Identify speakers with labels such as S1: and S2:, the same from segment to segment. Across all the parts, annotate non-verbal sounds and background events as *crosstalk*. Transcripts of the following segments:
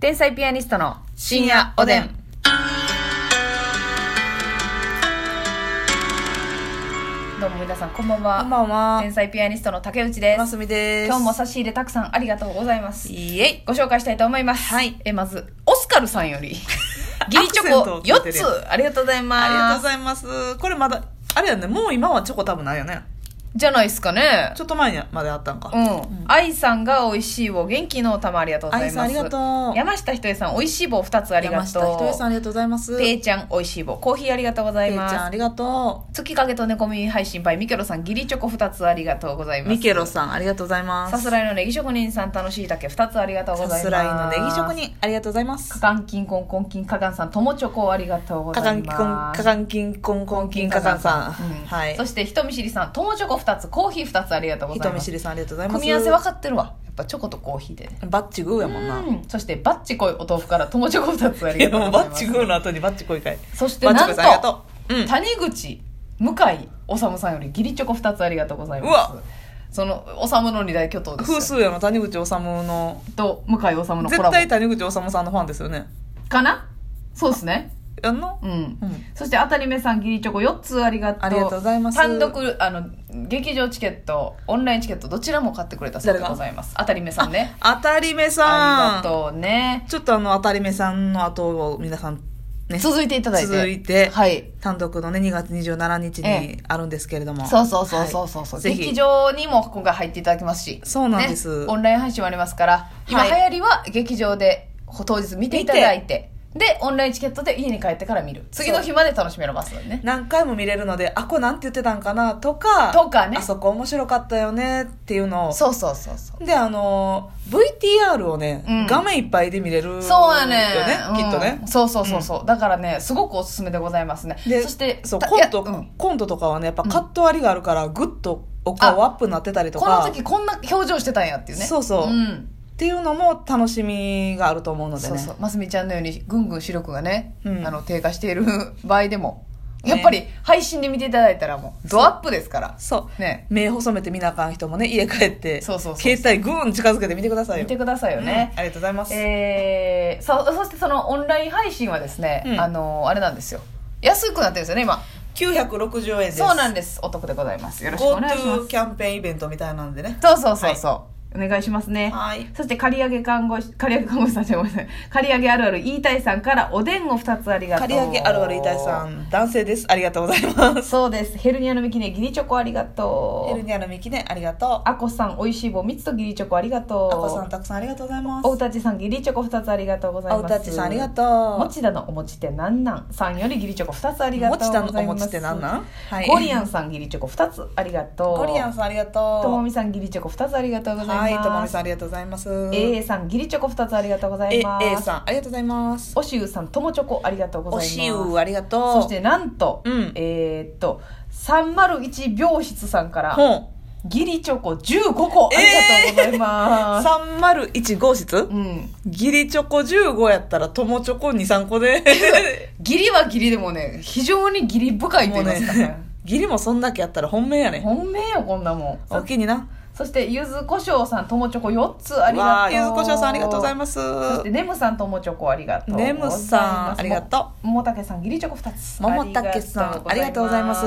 S1: 天才ピアニストの深夜おでん。どうも皆さんこんばん
S2: こん
S1: は。
S2: ばんは
S1: 天。才ピアニストの竹内で。
S2: ますすみです。
S1: 今日も差し入れたくさんありがとうございます。
S2: イエイ。
S1: ご紹介したいと思います。
S2: はい
S1: え、まず、オスカルさんよ
S2: *laughs*
S1: り、ギリチョ
S2: アクセント
S1: コ
S2: をつけて
S1: 4
S2: る
S1: つ、ありがとうございます。
S2: ありがとうございます。これまだ、あれやね、もう今はチョコ多分ないよね。
S1: じゃないですかね。
S2: ちょっと前にまであったんか。
S1: うん。愛さんが美味しい棒、元気のお玉ありがとうございます。
S2: 愛さんありがとう
S1: 山下ひとえさん、美味しい棒2つありが
S2: 山
S1: と
S2: 下ひとえさん
S1: う。
S2: ありがとうございます。
S1: ペ
S2: イ
S1: イちゃん、美味しい棒、コーヒーありがとうござ
S2: ペ
S1: い
S2: イちゃんあ
S1: ます。
S2: りがと。
S1: 月影と猫耳配信パイミケロさん、ギリチョコ2つありがとうございうます。
S2: ミケロさんありがとうございます。
S1: さすらいのネギ職人さん、楽しい竹2つありがとうございま
S2: さ
S1: す。
S2: すらいのネギ職。人ありがとうございます。
S1: かかんきんこんこんきんかかんさん、ともチョコありがとうご
S2: か
S1: ざ
S2: か
S1: い
S2: んき
S1: ま
S2: こん、
S1: す。
S2: かかんきんこんこんきんかかんさん。
S1: うん
S2: はい
S1: そ。して人見知りさんともチョコ2つコーヒー2つありがとうござ
S2: 人
S1: いま
S2: 見
S1: す
S2: 知りさんありがとうございます。
S1: 組み合わせ分かってるわやっぱチョコとコーヒーで
S2: バッチグーやもんな。
S1: うんそしてバッチ濃いお豆腐からともチョコ2つあ
S2: いや
S1: りがと
S2: も
S1: う
S2: う
S1: ござ
S2: バ
S1: い
S2: ッ
S1: ま
S2: チ
S1: す
S2: グーの後にバッチ来いかい。
S1: そして
S2: バッチ
S1: なん
S2: グー
S1: と
S2: さんありがとう。うん。
S1: 谷口向井治さんより義理チョコ2つありがとうございます
S2: うわ
S1: その治の二大巨頭ですよ
S2: 風数やの谷口治の
S1: と向井治のコラボ
S2: 絶対谷口治さんのファンですよね
S1: かなそうですね
S2: やんな
S1: うん
S2: うん
S1: そして当たり目さん義理チョコ4つありがとう
S2: ありがとうございます
S1: 単独あの劇場チケットオンラインチケットどちらも買ってくれたそうでございます当たり目さんね
S2: 当たり目さん
S1: ありがとうね
S2: ちょっとあの当たり目さんの後を皆さんね
S1: 続いていただいて
S2: 続いて
S1: はい
S2: 単独のね2月27日
S1: え
S2: にあるんですけれども
S1: そうそうそうそうそうそう、
S2: はいぜひ
S1: 劇場にも今回入っていただきますし
S2: そうなんで
S1: ね
S2: す
S1: オンライン配信もありますから今
S2: は
S1: 流
S2: い
S1: 行りは劇場でほ当日見ていただいてでオンラインチケットで家に帰ってから見る次の日まで楽しめますのでね
S2: 何回も見れるのであこれなんて言ってたんかなとか
S1: とかね
S2: あそこ面白かったよねっていうのを
S1: そうそうそうそう
S2: であの VTR を
S1: う
S2: ね
S1: ん
S2: 画面いっぱいで見れるよね
S1: そうやね
S2: きっと
S1: う
S2: ね
S1: んそうそうそうそう、だからねすごくおすすめでございますね
S2: で
S1: そして
S2: そう
S1: た
S2: コント、
S1: いやうん
S2: コントとかはねやっぱカット割りがあるからグッとお顔アップになってたりと
S1: こ
S2: か
S1: の時こんな表情してたんやっていうね
S2: そうそうんっていうのも楽しみがあると思うので
S1: そう
S2: ね
S1: そうますみちゃんのようにぐんぐん視力がね、
S2: うん
S1: あの低下している *laughs* 場合でも
S2: ね
S1: やっぱり配信で見ていただいたらもうドアップですから
S2: そう
S1: ね
S2: 目細めて見なあかん人もね家帰って
S1: そうそうそう
S2: 携帯グーン近づけて見てください
S1: 見
S2: よ
S1: てくださいよね
S2: うん、ありがとうございます、
S1: えー、そそしてそのオンライン配信はですね、
S2: うん
S1: あのあれなんですよ安くなってるんですよね今
S2: 960円です
S1: そうなん
S2: で
S1: ですお得でございますよろしくお願いしま
S2: GoTo キャンペーンイベントみたいなんでね
S1: すそうそうそうそう、お願いしますね
S2: はい
S1: そして借り上げ看護師 *laughs* 借り上げ看護師さんじゃごめんなさい借り上げあるある言いたいさんからおでんを2つありがとう
S2: 借り上げあるあるいたいさん男性ですありがとうござい *laughs* ます
S1: そうです。ヘルニアのミキネギリチョコありが
S2: ヘ
S1: と
S2: ル
S1: う。
S2: ニアのミキねありがとう
S1: あこさん、おいしい棒3つとギリチョコありがとう。
S2: あこさんたくさんありがとうございます
S1: おうたちさん、ギリチョコ2つありがとうございます。
S2: おうたちさんありがとう
S1: 持田のお餅ってなんなんさんよりギリチョコ2つありがと
S2: 持
S1: うございま
S2: ちた
S1: す。
S2: のお餅ってなんなん、は
S1: ゴリアンさん、ギリチョコ2つありがとう。
S2: コリアンさんありが
S1: とも
S2: と
S1: みさん、ギリチョコ2つありがとう
S2: う。
S1: ございます。
S2: はい、ともみさんありがとうございます。
S1: AA さん、ギリチョコ2つありがとうございます。
S2: え A さんありがとうございます。
S1: おしゅうさん、ともチョコありがとうござい
S2: お
S1: ます。
S2: しゅうありがとう。
S1: そして、なんと、
S2: うん
S1: えーっと、301病室さんから、
S2: 本
S1: ギリチョコ15個ありがとうございます。
S2: 三丸一号室
S1: う。ん。
S2: ギリチョコ十五やったらともチョコ二三個 *laughs* で。
S1: ギリはギリでもね、非常にギリ深いと
S2: も
S1: 言
S2: う
S1: いますかね
S2: ね。、ギリもそんだけやったら本命やね。
S1: 本命よ、こんなもん。
S2: お気にな。
S1: そして、ゆずこしょうさん、ともチョコ4つあり
S2: わ
S1: が
S2: あ
S1: とう。
S2: ゆずこしょうさんありがとうござい
S1: ま
S2: ます。
S1: そして、ネムさん、ともチョコありがとう。
S2: ネムさんありがと
S1: う。ももたけさん、ギリチョコ2つ。
S2: ももたけさんありがとうございます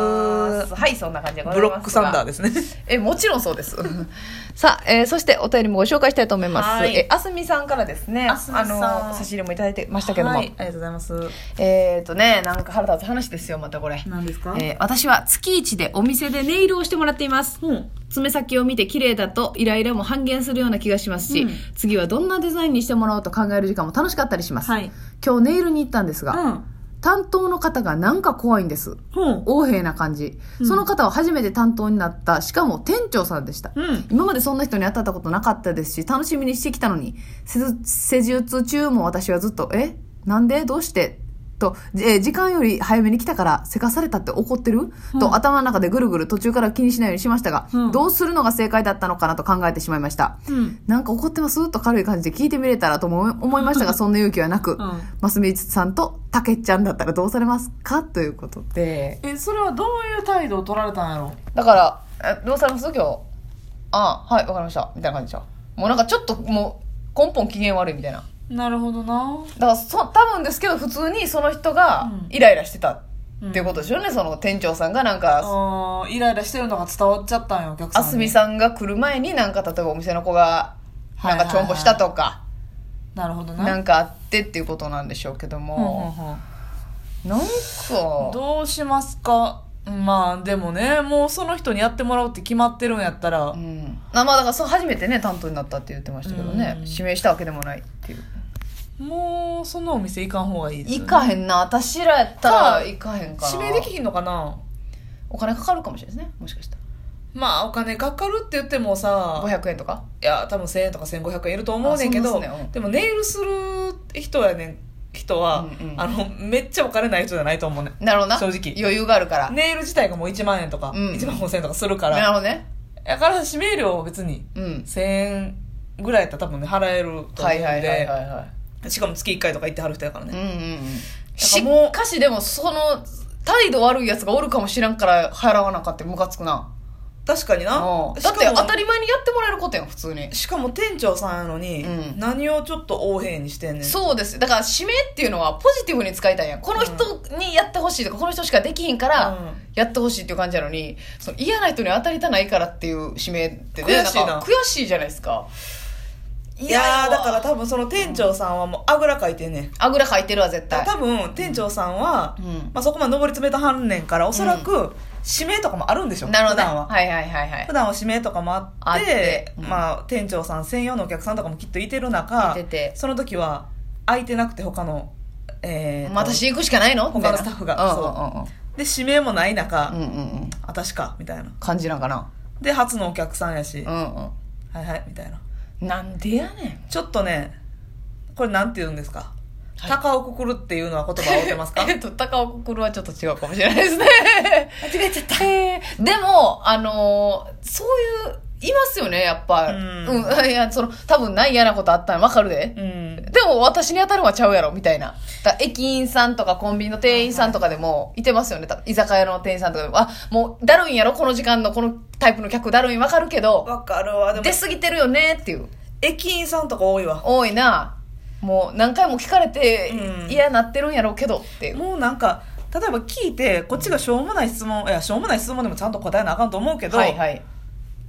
S1: はい、そんな感じでござ
S2: ブ
S1: います
S2: ロ
S1: が。
S2: ックサンダーですね。
S1: え、もちろんそうです。 *laughs* さあ、えーそしてお便りもご紹介したいと思います。
S2: はい
S1: え、あすみさんからですね、
S2: あすみさん
S1: の、差し入れもいただいてましたけども。
S2: はい、ありがとうございます。
S1: えっ、ー、とね、なんか腹立つ話ですよ、またこれ。
S2: 何ですか
S1: えー私は月一でお店でネイルをしてもらっています。
S2: うん。
S1: 爪先を見て綺麗だとイライラも半減するような気がしますし、
S2: うん
S1: 次はどんなデザインにしてもらおうと考える時間も楽しかったりします。
S2: はい。
S1: 今日ネイルに行ったんです
S2: う
S1: が、
S2: ん。
S1: 担当の方がなんか怖いんです。
S2: うん。
S1: 横柄な感じ、
S2: うん
S1: その方は初めて担当になったしかも店長さんでした、
S2: うん
S1: 今までそんな人に会ったことなかったですし楽しみにしてきたのに施術施術中も私はずっと「えなんでどうして?」と、えー時間より早めに来たからせかされたって怒ってる、
S2: うん
S1: と頭の中でぐるぐる途中から気にしないようにしましたが、
S2: うん
S1: どうするのが正解だったのかなと考えてしまいました、
S2: うん。
S1: なんか怒ってますと軽い感じで聞いてみれたらとも思いま
S2: *laughs*
S1: したが、そんな勇気はなく、
S2: ん
S1: ますみさんとたけちゃんだったらどうされますかということで。
S2: え、それはどういう態度を取られたんやろ
S1: だから、えどうされます今日。ああはい、わかりました。みたいな感じでしょ。もうなんかちょっともう、根本機嫌悪いみたいな。
S2: なるほどな
S1: だからそ多分ですけど普通にその人が
S2: うん
S1: イライラしてた
S2: うん
S1: っていうことですよね、その店長さんがなんか
S2: あーイライラしてるのが伝わっちゃったんよお客さん
S1: あ
S2: に
S1: すみさんが来る前になんか例えばお店の子がなんかちょんぼしたとか
S2: なるほどな
S1: なんかあってっていうことなんでしょうけど
S2: うんうん
S1: も、
S2: うん
S1: なんか
S2: どうしますかまあでもねもうその人にやってもらうって決まってるんやったら、
S1: うんあまあだからそう初めてね担当になったって言ってましたけどね、
S2: うん
S1: 指名したわけでもないっていう
S2: もうそのお店行かん方がいいですよ
S1: 行
S2: ね
S1: かへんな私らやったら行かへんかな
S2: 指名できひんのかな
S1: お金かかるかもしれないですねもしかした
S2: まあお金かかるって言ってもさ
S1: ら500円とか
S2: いや多分1000円とか1500円いると思うねんけ
S1: あそ
S2: ど
S1: うなんすねうん
S2: でもネイルする人やねん人は、
S1: うんうん
S2: あのめっちゃお金ない人じゃないと思うねん
S1: なるほどな
S2: 正直
S1: 余裕があるから、
S2: ネイル自体がもう1万円とか、
S1: うん
S2: 1万5000円とかするか
S1: なる
S2: ら
S1: ほどね
S2: だから指名料を別に
S1: うん
S2: 1000円ぐらいやったら多分ね払えると思うんで、
S1: はいはいはいはいはい
S2: しかも月1回とか行ってはる人やからね、
S1: うんうんうん
S2: か
S1: し
S2: らもう
S1: かしでもその態度悪いやつがおるかもしらんから払わなかってムカつくな
S2: 確かにな
S1: うん
S2: し
S1: だ
S2: か
S1: っ
S2: も
S1: て当たり前にやってもらえることやん普通に
S2: しかも店長さんやのに、
S1: うん
S2: 何をちょっと横柄にしてんねん
S1: そうですだから指名っていうのはポジティブに使いたいやんこの人にやってほしいとかこの人しかできひんから
S2: うん
S1: やってほしいっていう感じやのにその嫌な人に当たりたないからっていう指名ってね
S2: 悔しいなん
S1: か悔しいじゃないですか
S2: いやーだから
S1: ら
S2: 多分その店長さんはもうあぐらかいてんねん
S1: あぐらかいてるわ絶対
S2: 多分店長さんは、
S1: うん
S2: まあ、そこまで上り詰めたはんねんからおそらく指名とかもあるんでしょ、
S1: なるほ
S2: 普
S1: どね
S2: 段は、
S1: はいはいはいはい
S2: 普段は指名とかもあって
S1: あってうん
S2: まあ、店長さん専用のお客さんとかもきっといてる中
S1: いてて
S2: その時は空いてなくて他のえーと
S1: 私行くしかないの
S2: 他のスタッフが
S1: そう
S2: で指名もない中、
S1: うんうんうんうんうん
S2: 私かみたいな
S1: 感じなんかな
S2: で初のお客さんやし、
S1: うん
S2: はいはいみたいな
S1: うんなんでやねん
S2: ちょっとねこれなんて言うんですか、
S1: はい
S2: 高をくくるっていうのは言葉を合ってます
S1: *laughs*
S2: か
S1: えっと高尾心はちょっと違うかもしれないですね
S2: 間違えちゃっ
S1: えーでもあのーそういういますよねやっぱ
S2: うん
S1: うん *laughs* いやその多分ない嫌なことあったの分かるで
S2: うん
S1: でも私に当たるのはちゃうやろみたいなだから駅員さんとかコンビニの店員さんとかでもいてますよね多分居酒屋の店員さんとかでもあもうだるいんやろこの時間のこのタイプの客だるいん分かるけど
S2: わかるわでも
S1: 出過ぎてるよねっていう
S2: 駅員さんとか多いわ
S1: 多いなもう何回も聞かれて
S2: うん
S1: 嫌になってるんやろうけどっていう、
S2: もうなんか例えば聞いてこっちがしょうもない質問いやしょうもない質問でもちゃんと答えなあかんと思うけど、
S1: はいはい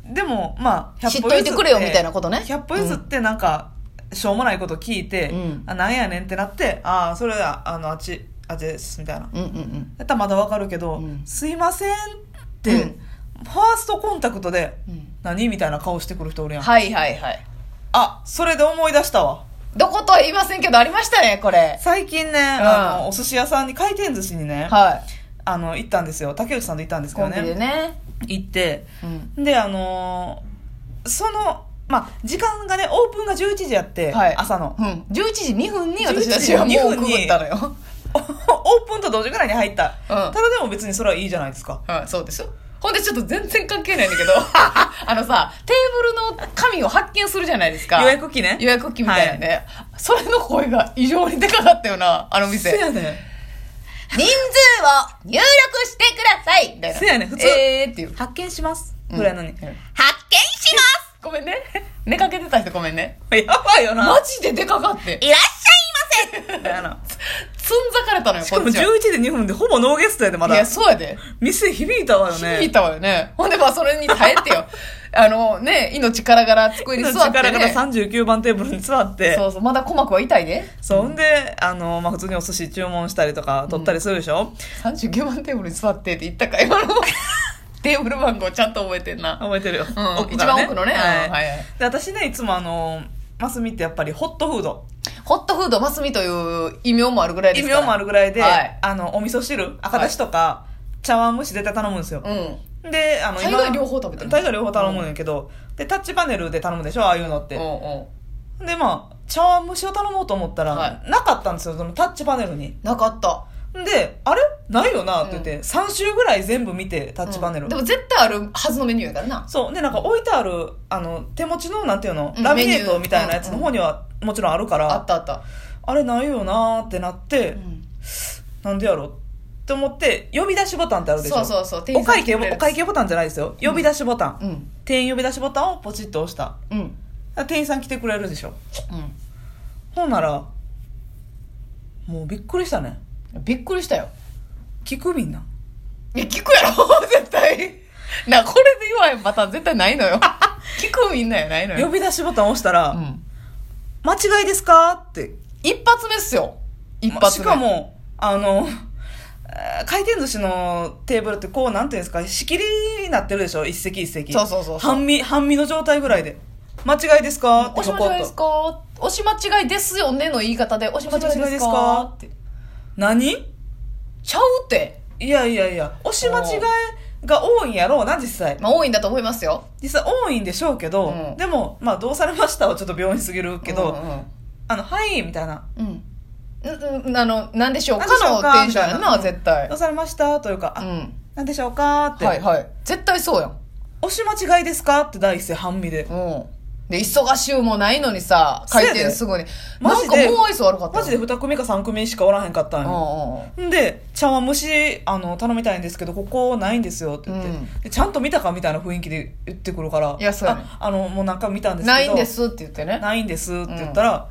S2: でもまあ
S1: 知っといてくれよみたいなことね
S2: 100歩譲ってなんか、しょうもないこと聞いて、
S1: うん
S2: あなんやねんってなってああそれはあのあっちあっちですみたいな
S1: うんうんうん
S2: だったらまだわかるけど、
S1: うん
S2: すいませんって、
S1: うん
S2: ファーストコンタクトで
S1: うん
S2: 何みたいな顔してくる人おるやん、
S1: はいはいはい
S2: あそれで思い出したわ
S1: どことは言いませんけどありましたねこれ
S2: 最近ね、あのお寿司屋さんに回転寿司にね、
S1: は
S2: あの行ったんですよ竹内さんと行ったんです
S1: い
S2: け
S1: コ
S2: ど
S1: ンビで
S2: ね
S1: ね
S2: 行って
S1: うん
S2: であのーそのまあ時間がねオープンが11時やって、
S1: はい
S2: 朝の *laughs*
S1: うん、11時2分に私たちはもう
S2: 11時2分
S1: く
S2: に
S1: ぐったのよ、 *laughs*
S2: オープンと同時ぐらいに入った、
S1: うん
S2: ただでも別にそれはいいじゃないですか
S1: うん、そうですよほんでちょっと全然関係ないんだけど *laughs* あのさテーブルの紙を発見するじゃないですか
S2: 予約機ね
S1: 予約機みたいなね、それの声が異常にでかかったよなあの店
S2: せやね
S1: 人数を入力してくださいみたいな。
S2: せやね普通
S1: えーっていう。
S2: 発見します
S1: うん
S2: ぐらいなのに、
S1: うん
S2: 発見し
S1: ご
S2: ま
S1: めんね。寝かけてた人ごめんね。
S2: す *laughs* やばいよな
S1: マジででかかって。
S2: いらっしゃいませみたいな
S1: つんざかれたのよ、
S2: し
S1: こ
S2: かも
S1: っ
S2: 11
S1: ちは。
S2: 時2分でほぼノーゲストやでま
S1: いや、
S2: だ
S1: そうやで。
S2: 店響いたわよね
S1: 響いたわよね。ほんで、まあ、それに耐えて
S2: *laughs*
S1: よ。あの、ね、命からがら机に座って、ね。
S2: 力から39番テーブルに座って
S1: そうそう、まだ鼓膜は痛いね。
S2: そうほんで、あの、まあ、普通にお寿司注文したりとか、取ったりするでしょ、
S1: 39番テーブルに座ってって言ったか、今
S2: *laughs*
S1: の。テーブル番号ちゃんと覚えてんな。
S2: 覚えてるよ。奥から
S1: 一番奥のね
S2: は
S1: う
S2: い。
S1: んはいはい
S2: で、私ね、いつもあの、マスミってやっぱりホットフード。
S1: ホットフードマスミという異名もあるぐらいで
S2: 異
S1: すから。
S2: 名もあるぐらいで、
S1: はい
S2: あの、お味噌汁、赤だしとか、茶碗蒸し絶対頼むんですよ。
S1: うん。
S2: で、あの、
S1: 大概両方食べてる
S2: 大概両方頼むんやけど、で、タッチパネルで頼むでしょああいうのっ
S1: うん
S2: て。
S1: うん。
S2: で、まあ、茶碗蒸しを頼もうと思ったら、
S1: は
S2: なかったんですよ、そのタッチパネルに。
S1: なかった。
S2: で、あれないよなって言って、3周ぐらい全部見て、タッチパネル。
S1: うんでも絶対あるはずのメニューやからな
S2: そう。で、なんか置いてある、あの、手持ちの、なんていうの、
S1: うん
S2: ラミ
S1: メ
S2: ネー
S1: ニュー
S2: トみたいなやつの方には、もちろんあるから、
S1: あったあった、
S2: あれないよなーってなって、なんでやろって思って、呼び出しボタンってあるでしょ
S1: そうそうそう
S2: お会計ボ、
S1: 店員さん
S2: お会計ボタンじゃないですよ。呼び出しボタン。
S1: うん
S2: 店員呼び出しボタンをポチッと押した。
S1: うん
S2: 店員さん来てくれるでしょ。
S1: うん
S2: ほんならもうびっくりしたね
S1: びっくりしたよ
S2: 聞くみんない
S1: や聞くやろ *laughs* 絶対なこれで言わへんパターン絶対ないの *laughs* よ聞くみんなやないの
S2: 呼
S1: よ、
S2: び出しボタン押したら「
S1: うん、
S2: 間違いですか?」って
S1: 一発目っすよ一発目
S2: しかもあの *laughs* えー回転寿司のテーブルってこうなんていうんですか仕切りになってるでしょ一席一席
S1: そうそうそうそう
S2: 半身半身の状態ぐらいで「間違いですか?」って
S1: 押し
S2: ポコッ
S1: 間違いで
S2: と
S1: すか押し間違いですよねの言い方で押し間違いですかって
S2: 何
S1: ちゃうって
S2: いやいやいや押し間違いが多いんやろうな実際
S1: まあ多いんだと思いますよ
S2: 実際多いんでしょうけど、
S1: うん
S2: でもまあどうされましたはちょっと病院すぎるけど、
S1: うん
S2: あのはいみたいな
S1: うんうんうんあの何でしょうか
S2: 何でしょう
S1: の
S2: か
S1: テンションやん
S2: みたいな
S1: な絶対
S2: どうされましたというか、
S1: う
S2: あ
S1: ん
S2: なんでしょうかって、
S1: はいはい絶対そうやん
S2: 押し間違いですかって第一声半身で
S1: うんで忙しゅうもないのにさ回
S2: せや
S1: 転
S2: です
S1: ぐに
S2: マ
S1: な
S2: ジ
S1: んか
S2: で
S1: もうアイス悪かった
S2: マジで2組か3組しかおらへんかったん
S1: うん
S2: よんで茶碗蒸しあの頼みたいんですけどここないんですよって言って、
S1: うん
S2: でちゃんと見たかみたいな雰囲気で言ってくるから
S1: いやそうやねん
S2: ああのもう何回も見たん
S1: う
S2: で
S1: ん
S2: すけ
S1: な
S2: ど
S1: いんですって言ってね
S2: ないんですって言ったら、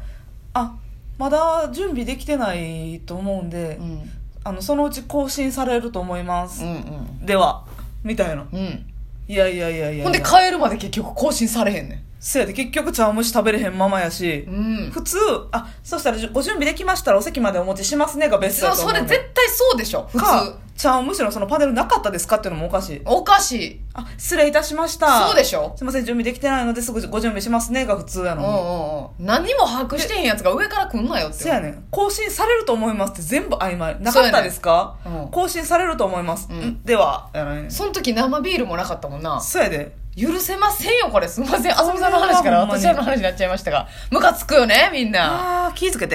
S2: あまだ準備できてないと思うんで、
S1: うん
S2: あのそのうち更新されると思います
S1: う、ん
S2: ではみたいな
S1: うんうん
S2: いやいやいやいや
S1: ほんで帰るまで結局更新されへんね
S2: せやで結局茶碗蒸し食べれへんままやし
S1: ん、うん
S2: 普通あそしたらじゅお準備できましたらお席までお持ちしますねがベス
S1: そ
S2: トや
S1: う
S2: と
S1: そ
S2: 思う
S1: れ絶対そうでしょ普
S2: か
S1: 通
S2: 茶碗蒸しのそのパネルなかったですかっていうのもおかしい
S1: おかしい
S2: あ失礼いたしました
S1: そうでしょ
S2: すいません準備できてないのですぐご準備しますねが普通
S1: う
S2: やの
S1: ん
S2: に、
S1: うんうん何も把握してへんやつが上から来んなよって
S2: せやねん更新されると思いますって全部曖昧なかったですか、
S1: そうやねうん
S2: 更新されると思います、
S1: うん
S2: んではやないねん
S1: その時生ビールもなかったもんな
S2: そうやで
S1: 許せませんよこれすみませんあさみさんの話から
S2: ほんまに
S1: 私らの話になっちゃいましたがムカつくよねみんな
S2: あー気ぃつけて